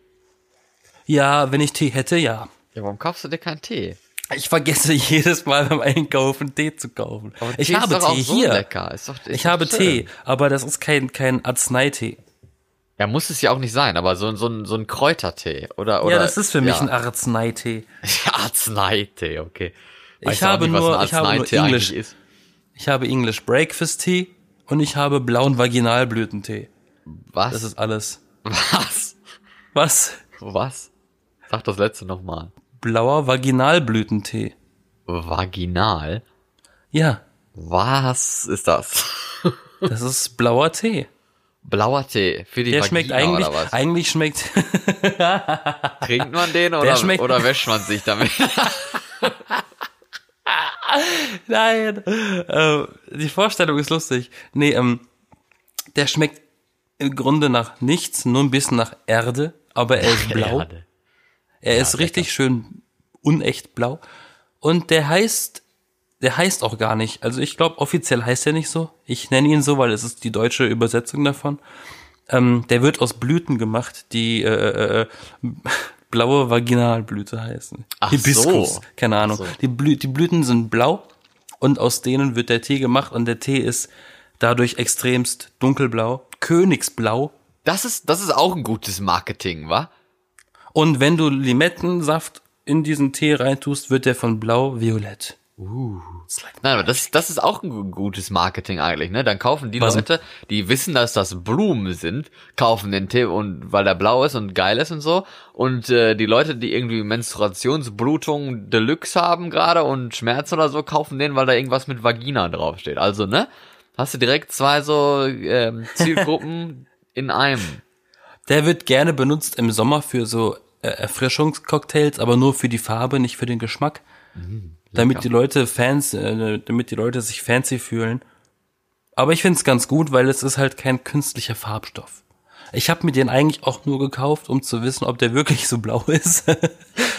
Ja, wenn ich Tee hätte, ja. Ja, warum kaufst du dir keinen Tee? Ich vergesse jedes Mal beim Einkaufen Tee zu kaufen. Aber ich Tee habe ist doch Tee auch so hier. Lecker. Ist doch, ist Ich doch habe schön. Tee, aber das ist kein, kein Arzneitee. Ja, muss es ja auch nicht sein, aber so, ein- so, ein, so ein Kräutertee. Oder, oder, Ja, das ist für mich ja. ein Arzneitee. Arzneitee, okay. Ich habe nur- ich habe nur Arzneitee Englisch. eigentlich ist. Ich habe English Breakfast Tea und ich habe blauen Vaginalblütentee. Was? Das ist alles. was? Was? Was? Sag das letzte nochmal. Blauer Vaginalblütentee. Vaginal? Ja, Was ist das? das ist blauer Tee. Blauer Tee für die Der Vagina schmeckt eigentlich, oder was? eigentlich schmeckt, Trinkt man den oder, schmeckt- oder wäscht man sich damit? Nein. Äh, die Vorstellung ist lustig. Nee, ähm, der schmeckt im Grunde nach nichts, nur ein bisschen nach Erde, aber er ist blau. Erde. Er ist richtig schön unecht blau. Und der heißt, der heißt auch gar nicht. Also ich glaube, offiziell heißt er nicht so. Ich nenne ihn so, weil es ist die deutsche Übersetzung davon. Ähm, der wird aus Blüten gemacht, die äh, äh, blaue Vaginalblüte heißen. Ach so. keine Ahnung. Ach so. Die, Blü die Blüten sind blau und aus denen wird der Tee gemacht und der Tee ist dadurch extremst dunkelblau, königsblau. Das ist, das ist auch ein gutes Marketing, wa? Und wenn du Limettensaft in diesen Tee reintust, wird der von blau violett. Nein, aber das, das ist auch ein gu- gutes Marketing eigentlich, ne? Dann kaufen die Was? Leute, die wissen, dass das Blumen sind, kaufen den Tee und weil der blau ist und geil ist und so. Und äh, die Leute, die irgendwie Menstruationsblutung Deluxe haben gerade und Schmerzen oder so, kaufen den, weil da irgendwas mit Vagina draufsteht. Also, ne? Hast du direkt zwei so ähm, Zielgruppen in einem. Der wird gerne benutzt im Sommer für so äh, Erfrischungscocktails, aber nur für die Farbe, nicht für den Geschmack. damit die Leute Fans, äh, damit die Leute sich fancy fühlen. Aber ich find's ganz gut, weil es ist halt kein künstlicher Farbstoff. Ich habe mir den eigentlich auch nur gekauft, um zu wissen, ob der wirklich so blau ist.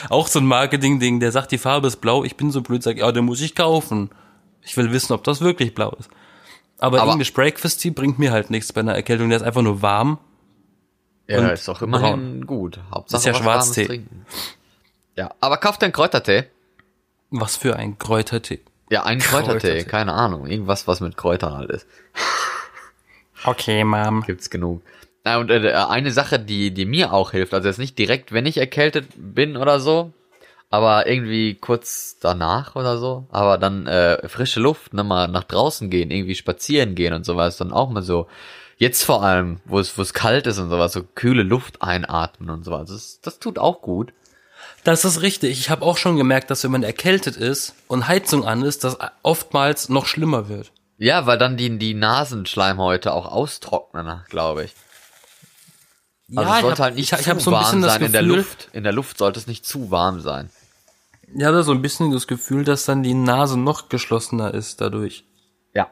auch so ein Marketing-Ding, der sagt, die Farbe ist blau. Ich bin so blöd, sag, ja, den muss ich kaufen. Ich will wissen, ob das wirklich blau ist. Aber, Aber- English Breakfast Tea bringt mir halt nichts bei einer Erkältung. Der ist einfach nur warm. Ja, Und ist doch immerhin gut. Hauptsache Ist ja was Warmes Schwarztee. trinken. Ja, aber kauft den Kräutertee. Was für ein Kräutertee. Ja, einen Kräutertee, Kräutertee. keine Ahnung. Irgendwas, was mit Kräutern halt ist. Okay, Mom. Gibt's genug. Na, und äh, eine Sache, die, die mir auch hilft, also jetzt nicht direkt, wenn ich erkältet bin oder so, aber irgendwie kurz danach oder so. Aber dann äh, frische Luft, ne, mal nach draußen gehen, irgendwie spazieren gehen und sowas, dann auch mal so. Jetzt vor allem, wo es wo es kalt ist und sowas, so kühle Luft einatmen und sowas. Das, das tut auch gut. Das ist richtig. Ich habe auch schon gemerkt, dass wenn man erkältet ist und Heizung an ist, das oftmals noch schlimmer wird. Ja, weil dann die, die Nasenschleimhäute auch austrocknen, glaube ich. Also es ich sollte hab- halt nicht ich, ich zu hab so ein warm bisschen sein das in der Gefühl, Luft. In der Luft sollte es nicht zu warm sein. ich habe so ein bisschen das Gefühl, dass dann die Nase noch geschlossener ist dadurch. Ja.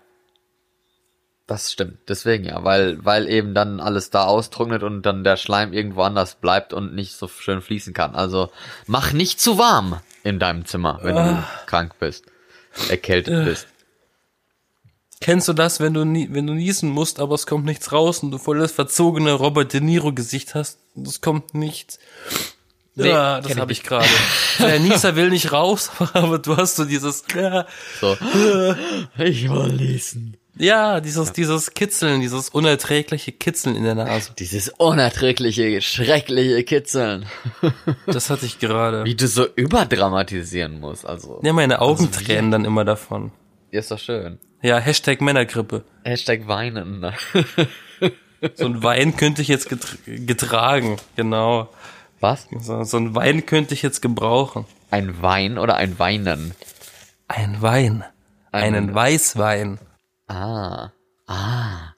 Das stimmt. Deswegen ja, weil, weil eben dann alles da austrocknet und dann der Schleim irgendwo anders bleibt und nicht so schön fließen kann. Also mach nicht zu warm in deinem Zimmer, wenn du krank bist, erkältet bist. Kennst du das, wenn du nie, wenn du niesen musst, aber es kommt nichts raus und du voll das verzogene Robert De Niro Gesicht hast und es kommt nichts? Nee, ja, kenn das ich habe ich nicht. gerade. Der Nieser will nicht raus, aber du hast so dieses ja, So. Ich will lesen. ja, dieses dieses Kitzeln, dieses unerträgliche Kitzeln in der Nase. Dieses unerträgliche, schreckliche Kitzeln. Das hatte ich gerade. Wie du so überdramatisieren musst, also. Ja, meine Augen tränen dann immer davon. Ist doch schön. Ja, Hashtag Männergrippe. Hashtag weinen. ne? So ein Wein könnte ich jetzt getr- getragen, genau. Was? So, so ein Wein könnte ich jetzt gebrauchen. Ein Wein oder ein Weinen? Ein Wein. Einen Ein- Weißwein. Ah. Ah.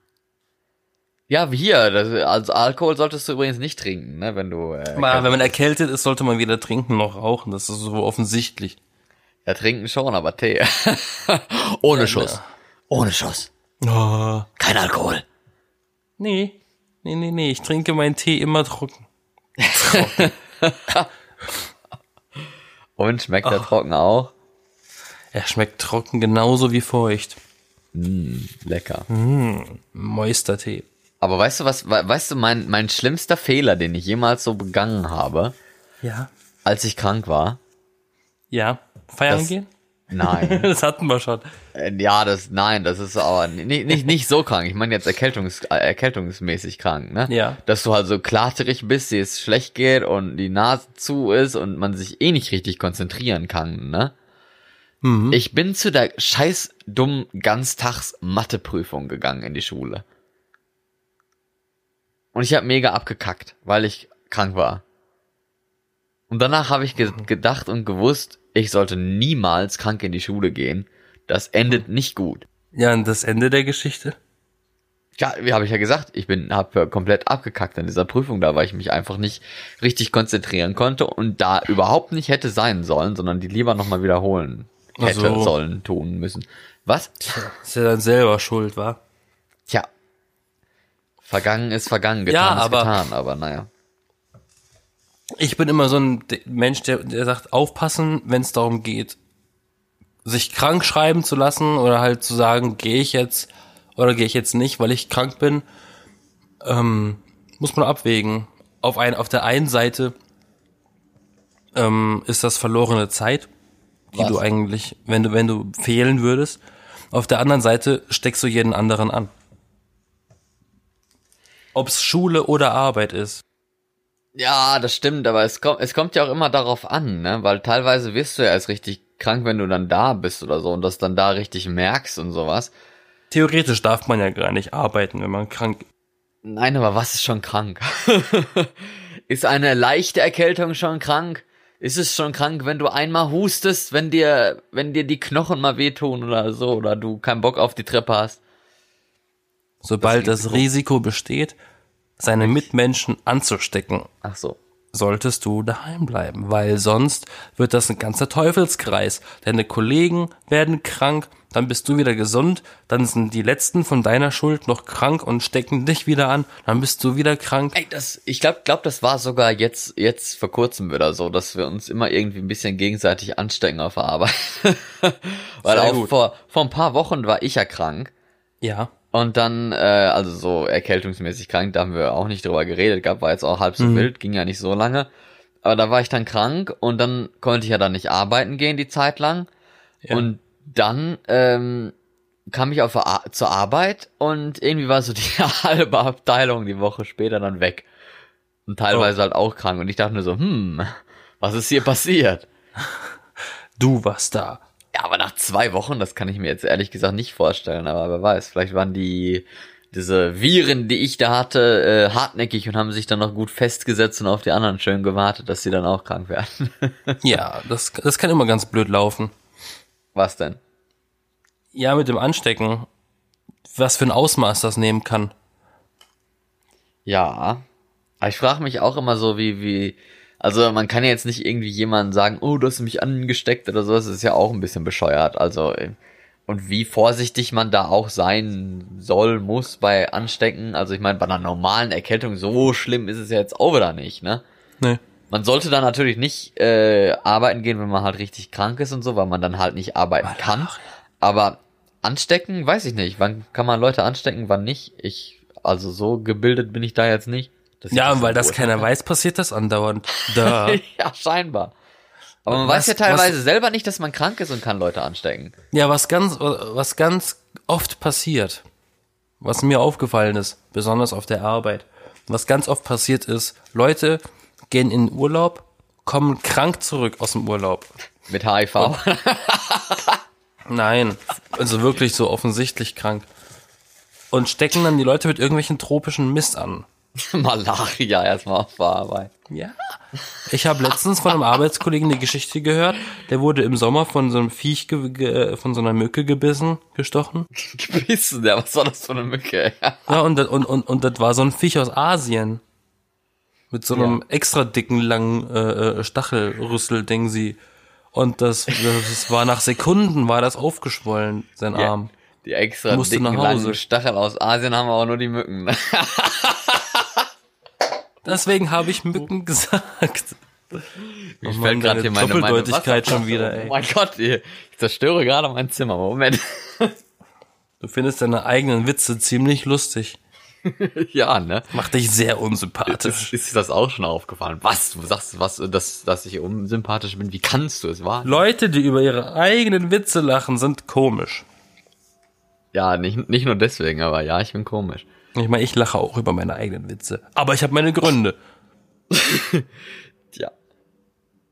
Ja, wie hier. Das, also Alkohol solltest du übrigens nicht trinken, ne, wenn du. Äh, Mal, kannst. wenn man erkältet ist, sollte man weder trinken noch rauchen. Das ist so offensichtlich. ja, trinken schon, aber Tee. Ohne Schuss. ne. Ohne Schuss. Oh. Kein Alkohol. Nee. Nee, nee, nee. Ich trinke meinen Tee immer trocken. Und schmeckt der trocken auch? Er schmeckt trocken genauso wie feucht. Lecker. Moistertee. Aber weißt du was, we- weißt du, mein, mein schlimmster Fehler, den ich jemals so begangen habe, Ja. als ich krank war? Ja. Feiern Das- gehen? Nein. Das hatten wir schon. Äh, Ja, das, nein, das ist aber nicht, nicht, nicht so krank. Ich meine jetzt erkältungs, äh, erkältungsmäßig krank, ne? Ja. Dass du halt so klaterig bist, dir es schlecht geht und die Nase zu ist und man sich eh nicht richtig konzentrieren kann, ne? Ich bin zu der scheiß dummen ganztags Matheprüfung gegangen in die Schule. Und ich habe mega abgekackt, weil ich krank war. Und danach habe ich ge gedacht und gewusst, ich sollte niemals krank in die Schule gehen. Das endet nicht gut. Ja, und das Ende der Geschichte? Ja, wie habe ich ja gesagt, ich bin habe komplett abgekackt an dieser Prüfung da, weil ich mich einfach nicht richtig konzentrieren konnte und da überhaupt nicht hätte sein sollen, sondern die lieber nochmal wiederholen Ach hätte so. sollen tun müssen. Was? Ist ja dann selber schuld, war? Tja. Vergangen ist vergangen, getan Ja, ist aber- getan, aber naja. Ich bin immer so ein D- Mensch, der, der sagt, aufpassen, wenn es darum geht, sich krank schreiben zu lassen oder halt zu sagen, gehe ich jetzt oder gehe ich jetzt nicht, weil ich krank bin, ähm, muss man abwägen. Auf, ein, auf der einen Seite ähm, ist das verlorene Zeit, die Was? du eigentlich, wenn du, wenn du fehlen würdest. Auf der anderen Seite steckst du jeden anderen an. Ob's Schule oder Arbeit ist. Ja, das stimmt, aber es kommt, es kommt ja auch immer darauf an, ne? Weil teilweise wirst du ja erst richtig krank, wenn du dann da bist oder so und das dann da richtig merkst und sowas. Theoretisch darf man ja gar nicht arbeiten, wenn man krank ist. Nein, aber was ist schon krank? ist eine leichte Erkältung schon krank? Ist es schon krank, wenn du einmal hustest, wenn dir, wenn dir die Knochen mal wehtun oder so oder du keinen Bock auf die Treppe hast? Sobald Das das Risiko besteht, seine Mitmenschen anzustecken, Ach so. solltest du daheim bleiben, weil sonst wird das ein ganzer Teufelskreis. Deine Kollegen werden krank, dann bist du wieder gesund, dann sind die letzten von deiner Schuld noch krank und stecken dich wieder an, dann bist du wieder krank. Ey, das, ich glaube, glaub, das war sogar jetzt, jetzt vor kurzem wieder so, dass wir uns immer irgendwie ein bisschen gegenseitig anstecken auf der Arbeit. Weil Sehr auch gut. vor, vor ein paar Wochen war ich ja krank. Ja, Und dann, äh, also so erkältungsmäßig krank, da haben wir auch nicht drüber geredet gehabt, war jetzt auch halb so wild, ging ja nicht so lange. Aber da war ich dann krank und dann konnte ich ja dann nicht arbeiten gehen die Zeit lang. Ja. Und dann ähm, kam ich auf der Ar- zur Arbeit und irgendwie war so die halbe Abteilung die Woche später dann weg. Und teilweise halt auch krank. Und ich dachte mir so, hm, was ist hier passiert? Du warst da. Ja, aber nach zwei Wochen, das kann ich mir jetzt ehrlich gesagt nicht vorstellen, aber wer weiß, vielleicht waren die diese Viren, die ich da hatte, äh, hartnäckig und haben sich dann noch gut festgesetzt und auf die anderen schön gewartet, dass sie dann auch krank werden. Ja, das, das kann immer ganz blöd laufen. Was denn? Ja, mit dem Anstecken. Was für ein Ausmaß das nehmen kann. Ja. Aber ich frage mich auch immer so, wie, wie, also man kann ja jetzt nicht irgendwie jemandem sagen, oh, du hast mich angesteckt oder sowas, das ist ja auch ein bisschen bescheuert. Also, äh, und wie vorsichtig man da auch sein soll, muss bei Anstecken. Also ich meine, bei einer normalen Erkältung, so schlimm ist es ja jetzt auch wieder nicht, ne? Nee. Man sollte dann natürlich nicht äh, arbeiten gehen, wenn man halt richtig krank ist und so, weil man dann halt nicht arbeiten kann. Aber anstecken, weiß ich nicht. Wann kann man Leute anstecken, wann nicht? Ich, also so gebildet bin ich da jetzt nicht. dass ich Ja, weil das beurteilen keiner weiß, passiert das andauernd. Da. ja, scheinbar. Aber man Was- weiß ja teilweise selber nicht, dass man krank ist und kann Leute anstecken. Ja, was ganz, was ganz oft passiert, was mir aufgefallen ist, besonders auf der Arbeit, was ganz oft passiert ist, Leute gehen in den Urlaub, kommen krank zurück aus dem Urlaub. Mit Oh. HIV. Nein, also wirklich so offensichtlich krank. Und stecken dann die Leute mit irgendwelchen tropischen Mist an. Malaria erstmal auf der Arbeit. Ja. Ich habe letztens von einem Arbeitskollegen eine Geschichte gehört, der wurde im Sommer von so einem Viech, ge ge von so einer Mücke gebissen, gestochen. Gebissen, ja, was war das für eine Mücke? Ja. Ja, und, das- und, und, und das war so ein Viech aus Asien. Mit so einem extra dicken, langen äh, äh, Stachelrüssel-Ding sie. Und das, das war nach Sekunden, war das aufgeschwollen, sein Arm. Die extra Musste dicken, Ähm, nach Hause. langen Stacheln aus Asien haben aber nur die Mücken. ne? Deswegen habe ich Mücken gesagt. Mir Mann, deine Doppeldeutigkeit schon wieder, Oh ey. mein Gott, ey. ich zerstöre gerade mein Zimmer. Moment. Du findest deine eigenen Witze ziemlich lustig. ja, ne? Macht dich sehr unsympathisch. Ist, ist dir das auch schon aufgefallen? Was? Du sagst, was, dass, dass ich unsympathisch bin? Wie kannst du es, wahr? Leute, die über ihre eigenen Witze lachen, sind komisch. Ja, nicht, nicht nur deswegen, aber ja, ich bin komisch. Ich meine, ich lache auch über meine eigenen Witze. Aber ich habe meine Gründe. Tja.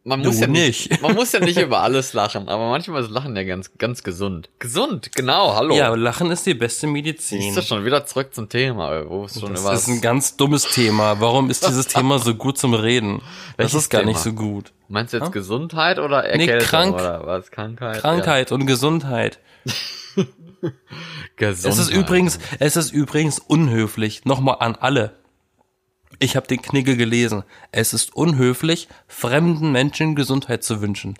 Man Du muss, ja nicht, nicht. man muss ja nicht über alles lachen, aber manchmal ist Lachen ja ganz, ganz gesund. Gesund, genau, hallo. Ja, Lachen ist die beste Siehst Medizin. du schon wieder zurück zum Thema, wo es schon Das über ist ein ganz dummes Thema. Warum ist dieses Thema so gut zum Reden? Das Welches ist gar Thema? nicht so gut. Meinst du jetzt Gesundheit oder Erkältung krank. oder was? Krankheit? Krankheit und Gesundheit. Ja. Gesundheit. Es ist übrigens, es ist übrigens unhöflich. Nochmal an alle. Ich habe den Knigge gelesen. Es ist unhöflich, fremden Menschen Gesundheit zu wünschen.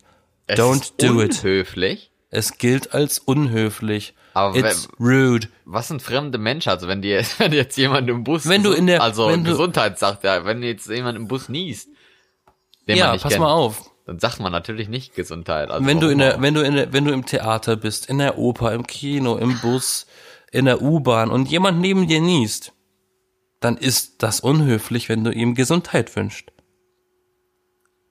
es Don't ist do it. unhöflich. Es gilt als unhöflich. Aber It's rude. Was sind fremde Menschen? Also wenn dir wenn dir jetzt jemand im Bus Wenn du in der- also wenn du- Gesundheit sagt, ja, wenn jetzt jemand im Bus niest, den man Ja, nicht pass kennt, mal auf. dann sagt man natürlich nicht Gesundheit. Also Wenn du in der, warum wenn du in der, wenn du im Theater bist, in der Oper, im Kino, im Bus, in der U-Bahn und jemand neben dir niest, dann ist das unhöflich, wenn du ihm Gesundheit wünschst.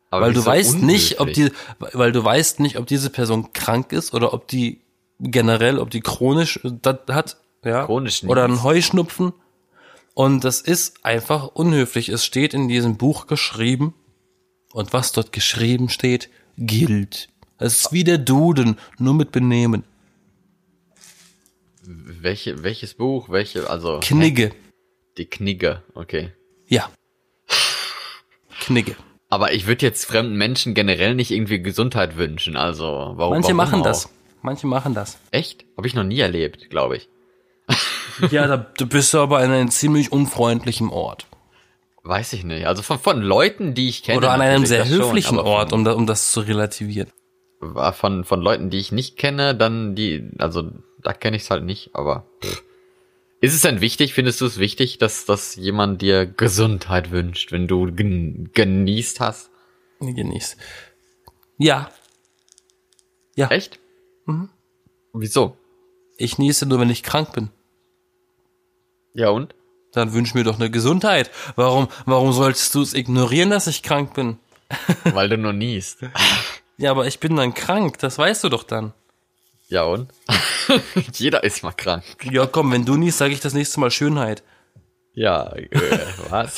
auch. Aber Weil du wieso weißt nicht, ob unhöflich? die, weil du weißt nicht, ob diese Person krank ist oder ob die generell, ob die chronisch das hat, ja. Chronisch Oder nichts. einen Heuschnupfen. Und das ist einfach unhöflich. Es steht in diesem Buch geschrieben. Und was dort geschrieben steht, gilt. Es ist wie der Duden, nur mit Benehmen. welche welches Buch, welche also Knigge. die Knigge, okay. Ja. Knigge. Aber ich würde jetzt fremden Menschen generell nicht irgendwie Gesundheit wünschen, also warum Manche warum machen auch? das. Manche machen das. Echt? Habe ich noch nie erlebt, glaube ich. Ja, da, du bist aber an einem ziemlich unfreundlichen Ort. Weiß ich nicht. Also von, von Leuten, die ich kenne. Oder an einem natürlich sehr das schon, höflichen aber Ort, um, da, um das zu relativieren. Von, war von, von Leuten, die ich nicht kenne, dann die, also da kenne ich es halt nicht, aber. pff. Ist es denn wichtig, findest du es wichtig, dass, dass jemand dir Gesundheit wünscht, wenn du gen genießt hast? Genieß. Ja, Echt? Mhm. Wieso? ich niese nur, wenn ich krank bin. Ja und? Dann wünsch mir doch eine Gesundheit. Warum, warum solltest du es ignorieren, dass ich krank bin? Weil du nur niest. Ja, aber ich bin dann krank, das weißt du doch dann. Ja und? Jeder ist mal krank. Ja, komm, wenn du niest, sage ich das nächste Mal Schönheit. Ja, äh, was?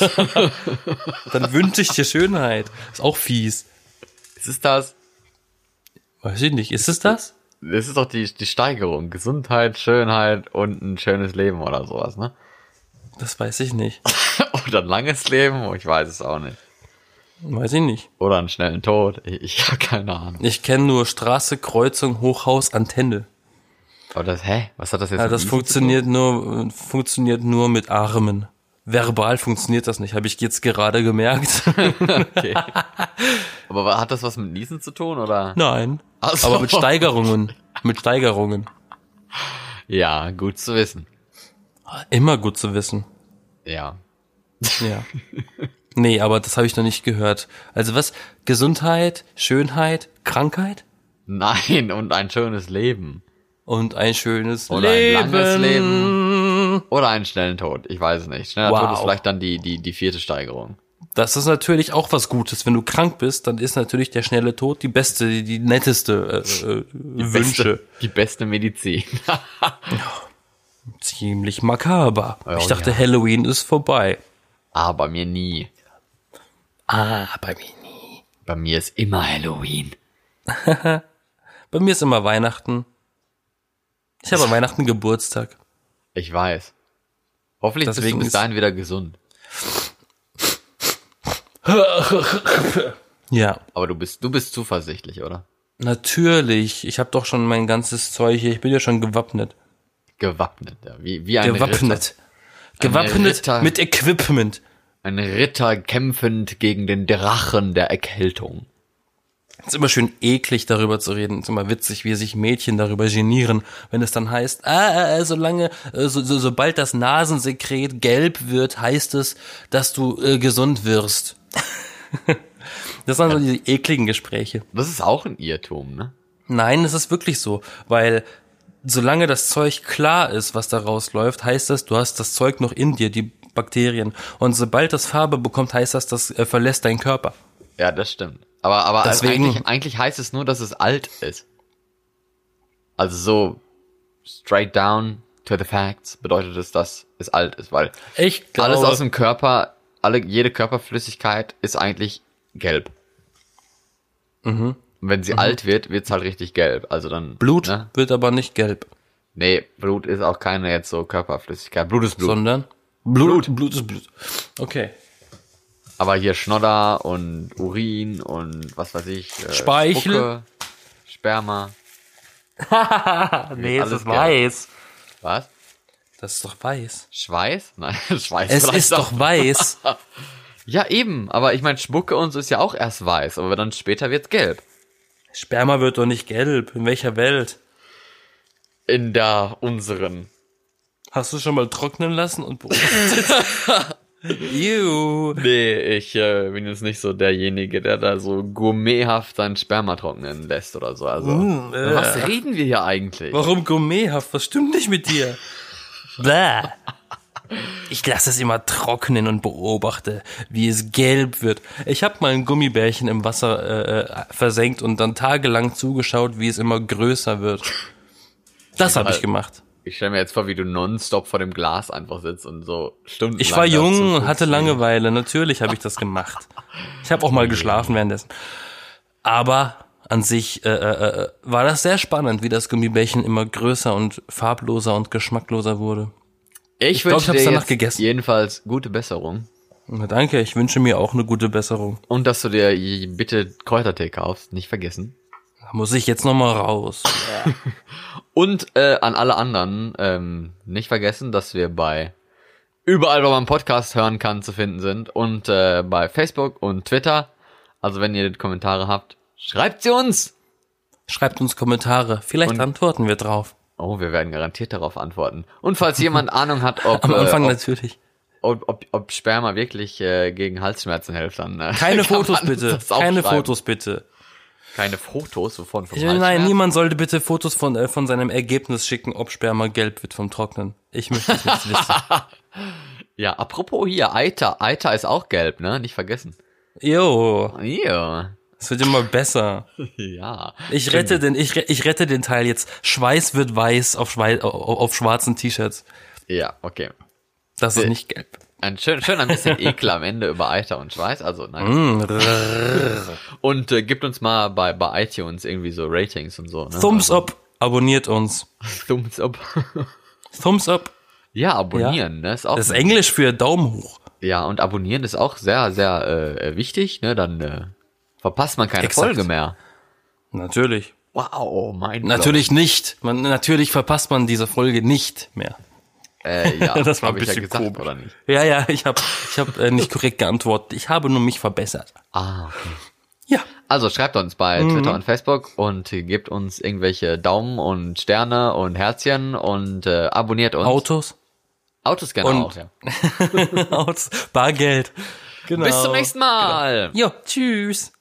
Dann wünsche ich dir Schönheit. Ist auch fies. Ist es das? Weiß ich nicht. Ist es das? Das ist doch die, die Steigerung. Gesundheit, Schönheit und ein schönes Leben oder sowas, ne? Das weiß ich nicht. Oder ein langes Leben, ich weiß es auch nicht. Weiß ich nicht. Oder einen schnellen Tod, ich, ich habe keine Ahnung. Ich kenne nur Straße, Kreuzung, Hochhaus, Antenne. Aber das, hä? Was hat das jetzt Ja, mit das Easy zu funktioniert nur, funktioniert nur mit Armen. Verbal funktioniert das nicht, habe ich jetzt gerade gemerkt. tun? Aber wa- hat das was mit Niesen zu tun, oder? Nein. Ach so. Aber mit Steigerungen. Mit Steigerungen. Ja, gut zu wissen. Immer gut zu wissen. Ja. Ja. Nee, aber das habe ich noch nicht gehört. Also was? Gesundheit, Schönheit, Krankheit Nein, und ein schönes Leben. und ein schönes Oder Leben. ein langes Leben. Oder einen schnellen Tod, ich weiß es nicht. Schneller Wow. Tod ist vielleicht dann die, die, die vierte Steigerung. Das ist natürlich auch was Gutes. Wenn du krank bist, dann ist natürlich der schnelle Tod die beste, die, die netteste äh, äh, Wünsche. Beste, die beste Medizin. Ziemlich makaber. Oh ich dachte, ja. Halloween ist vorbei. ah, bei mir nie. Ah, bei mir nie. Bei mir ist immer Halloween. Bei mir ist immer Weihnachten. Ich habe an Weihnachten Geburtstag. Ich weiß. Hoffentlich Deswegen bist du bis ist- dahin wieder gesund. Ja, Aber du bist, du bist zuversichtlich, oder? natürlich. Ich habe doch schon mein ganzes Zeug hier. Ich bin ja schon gewappnet. Gewappnet, ja. Wie, wie ein Ritter. Gewappnet. Gewappnet Ritter. mit Equipment. Ein Ritter kämpfend gegen den Drachen der Erkältung. ist immer schön eklig darüber zu reden. ist immer witzig, wie sich Mädchen darüber genieren, wenn es dann heißt, ah, äh, äh, solange, äh, so, so, sobald das Nasensekret gelb wird, heißt es, dass du äh, gesund wirst. das sind so diese ekligen Gespräche. Das ist auch ein Irrtum, ne? Nein, es ist wirklich so, weil solange das Zeug klar ist, was da rausläuft, heißt das, du hast das Zeug noch in dir, die Bakterien. Und sobald das Farbe bekommt, heißt das, das äh, verlässt deinen Körper. Ja, das stimmt. Aber, aber also Deswegen- eigentlich, eigentlich heißt es nur, dass es alt ist. Also so straight down to the facts bedeutet es, dass es alt ist, weil Ich glaube, alles aus dem Körper, alle, jede Körperflüssigkeit ist eigentlich gelb. Und wenn sie alt wird, wird's halt richtig gelb. Also dann. Mhm. Blut Ne? wird aber nicht gelb. Nee, Blut ist auch keine jetzt so Körperflüssigkeit. Blut ist Blut. sondern Blut. Blut. ist Blut. Okay. Aber hier Schnodder und Urin und was weiß ich. Äh, Speichel. Spucke, Sperma. Also Nee, es ist weiß. Was? Das ist doch weiß. Schweiß? Nein, Schweiß. Es vielleicht ist doch weiß. Ja, eben. Aber ich meine, Spucke und so ist ja auch erst weiß. Aber dann später wird's gelb. Sperma wird doch nicht gelb. In welcher Welt? In der unseren. Hast du schon mal trocknen lassen und beobachtet? Ew. Nee, ich äh, bin jetzt nicht so derjenige, der da so gourmethaft sein Sperma trocknen lässt oder so. Also, Mm, äh. was reden wir hier eigentlich? Warum gourmethaft? Was stimmt nicht mit dir? Bäh. Ich lasse es immer trocknen und beobachte, wie es gelb wird. Ich habe mal ein Gummibärchen im Wasser äh, versenkt und dann tagelang zugeschaut, wie es immer größer wird. Das habe ich gemacht. Ich stelle mir jetzt vor, wie du nonstop vor dem Glas einfach sitzt und so stundenlang. Ich war dazu jung und hatte guckst. Langeweile. Natürlich habe ich das gemacht. Ich habe auch mal geschlafen währenddessen. Aber an sich äh, äh, äh, war das sehr spannend, wie das Gummibärchen immer größer und farbloser und geschmackloser wurde. Ich, glaub, ich wünsche hab's dir danach jetzt gegessen. jedenfalls gute Besserung Na, danke, ich wünsche mir auch eine gute Besserung. und dass du dir je- bitte Kräutertee kaufst, nicht vergessen. Da muss ich jetzt nochmal raus. Und äh, an alle anderen ähm, nicht vergessen, dass wir bei überall, wo man Podcast hören kann, zu finden sind und äh, bei Facebook und Twitter. Also wenn ihr Kommentare habt, schreibt sie uns. Schreibt uns Kommentare, vielleicht Und- antworten wir drauf. Oh, wir werden garantiert darauf antworten. Und falls jemand Ahnung hat, ob, Am äh, Anfang ob, natürlich. ob, ob, ob Sperma wirklich äh, gegen Halsschmerzen hilft, dann äh, Keine kann man Fotos bitte, das auch keine schreiben. Fotos bitte. Keine Fotos, wovon? Vom Nein, Halsschmerz? niemand sollte bitte Fotos von, äh, von seinem Ergebnis schicken, ob Sperma gelb wird vom Trocknen. Ich möchte es nicht wissen. Ja, apropos hier, Eiter. Eiter ist auch gelb, ne? Nicht vergessen. Jo, Jo. es wird immer besser. Ja. Ich rette den, ich, re- ich rette den Teil jetzt. Schweiß wird weiß auf, Schwei auf, auf schwarzen T-Shirts. Ja, okay. Das ist Äh. nicht gelb. ein schön, schön ein bisschen Ekel am Ende über Eiter und Schweiß, also nein. Mm, rrrr. Und äh, gibt uns mal bei, bei iTunes irgendwie so Ratings und so. Ne? Thumbs up, abonniert uns. Thumbs up. Thumbs up. ja, abonnieren, ne? Ist auch Das ist Englisch für Daumen hoch. Ja, und abonnieren ist auch sehr, sehr äh, wichtig, ne? Dann äh, verpasst man keine Exakt. Folge mehr. Natürlich. Wow, mein Natürlich nicht. Man, natürlich verpasst man diese Folge nicht mehr. Äh, ja, Das war hab ein ich ja bisschen gesagt, komisch. oder nicht? Ja, ja, ich habe ich hab, äh, nicht korrekt geantwortet. Ich habe nur mich verbessert. Ah, okay. Ja. Also schreibt uns bei Twitter und Facebook und gebt uns irgendwelche Daumen und Sterne und Herzchen und äh, abonniert uns. Autos, Autos gerne Und- auch, ja. Autos, Bargeld. Genau. Bis zum nächsten Mal. Jo, tschüss.